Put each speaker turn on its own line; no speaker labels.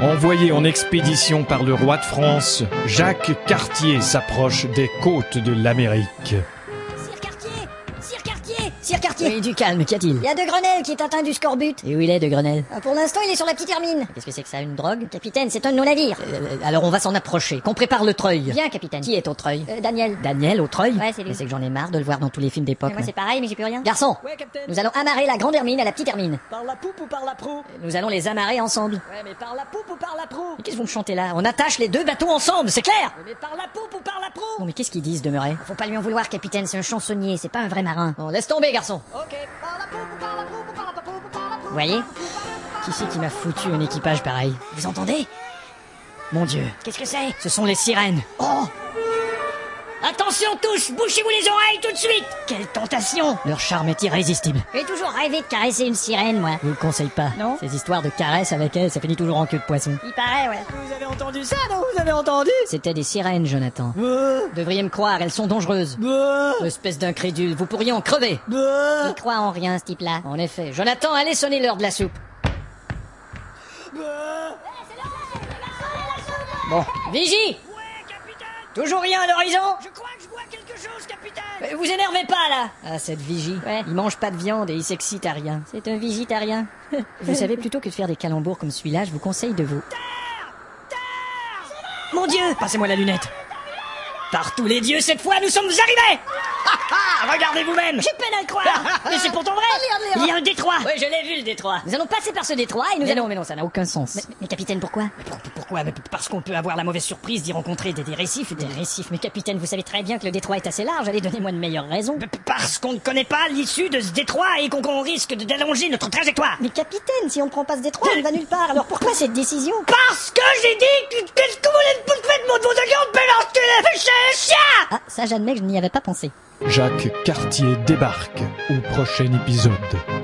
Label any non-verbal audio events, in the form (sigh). Envoyé en expédition par le roi de France, Jacques Cartier s'approche des côtes de l'Amérique.
Sire Cartier Sire Cartier Sire Cartier
Oui, du calme, qu'y a-t-il
Il y a De Grenelle qui est atteint du scorbut.
Et où il est, de Grenelle
Euh, Pour l'instant, il est sur la petite hermine.
Qu'est-ce que c'est que ça, une drogue
Capitaine, c'est un de nos navires.
Euh, Alors on va s'en approcher, qu'on prépare le treuil.
Bien, capitaine.
Qui est au treuil
Euh, Daniel.
Daniel au treuil
Ouais, c'est lui.
Mais C'est que j'en ai marre de le voir dans tous les films d'époque.
Moi,
moi.
c'est pareil, mais j'ai plus rien.
Garçon,
Ouais, capitaine.
Nous allons amarrer la grande hermine à la petite hermine.
Par la poupe ou par la proue
nous allons les amarrer ensemble.
Ouais, mais par la poupe ou par la proue
Mais qu'est-ce que vous me chantez là On attache les deux bateaux ensemble, c'est clair
Mais par la poupe ou par la proue
Bon, mais qu'est-ce qu'ils disent, demeurer
Faut pas lui en vouloir, capitaine, c'est un chansonnier, c'est pas un vrai marin.
Bon, laisse tomber, garçon.
Ok, par la poupe ou par la proue par la poupe ou par la proue
Vous voyez Qui c'est qui m'a foutu un équipage pareil
Vous entendez
Mon Dieu,
Qu'est-ce que c'est
ce sont les sirènes.
Oh
Attention tous, bouchez-vous les oreilles tout de suite
Quelle tentation
Leur charme est irrésistible.
J'ai toujours rêvé de caresser une sirène, moi.
Je vous le conseille pas.
Non.
Ces histoires de caresses avec elles, ça finit toujours en queue de poisson.
Il paraît, ouais.
Vous avez entendu ça, non Vous avez entendu
C'était des sirènes, Jonathan.
Beuh,
Devriez me croire, elles sont dangereuses.
Mmh.
beuh,
Espèce d'incrédule, vous pourriez en crever.
beuh,
Il croit en rien, ce type-là.
En effet, Jonathan, allez sonner l'heure de la soupe.
beuh.
Bon, vigie
Ouais, capitaine
Toujours rien à l'horizon
Je crois que je vois quelque chose, capitaine
Euh, Vous énervez pas là Ah, cette vigie.
Ouais.
Il mange pas de viande et il s'excite à rien.
C'est un végétarien.
(laughs) Vous savez, plutôt que de faire des calembours comme celui-là, je vous conseille de vous... Mon Dieu Passez-moi la lunette Par tous les dieux, cette fois, nous sommes arrivés Ah, ah, Regardez vous-même
J'ai peine à le croire
(laughs) Mais c'est pourtant vrai
Allez, allez,
Il y a un détroit Oui, je l'ai vu, le détroit
Nous allons passer par ce détroit et nous
Mais
allons...
non, mais non, ça n'a aucun sens.
Mais, mais capitaine, pourquoi
Pour- pour- Pourquoi Mais p- Parce qu'on peut avoir la mauvaise surprise d'y rencontrer des, des récifs. Des récifs, mais capitaine, vous savez très bien que le détroit est assez large. Allez, donnez-moi une meilleure raison. Parce qu'on ne connaît pas l'issue de ce détroit et qu'on qu'on risque de- d'allonger notre trajectoire.
Mais capitaine, si on ne prend pas ce détroit, on ne va nulle part. Alors pourquoi cette décision
Parce que j'ai dit que- qu'est-ce que vous voulez de vous faites, mon bon de ben pélant que la fait chien
Ah, ça j'admets que je n'y avais pas pensé.
Jacques Cartier débarque au prochain épisode.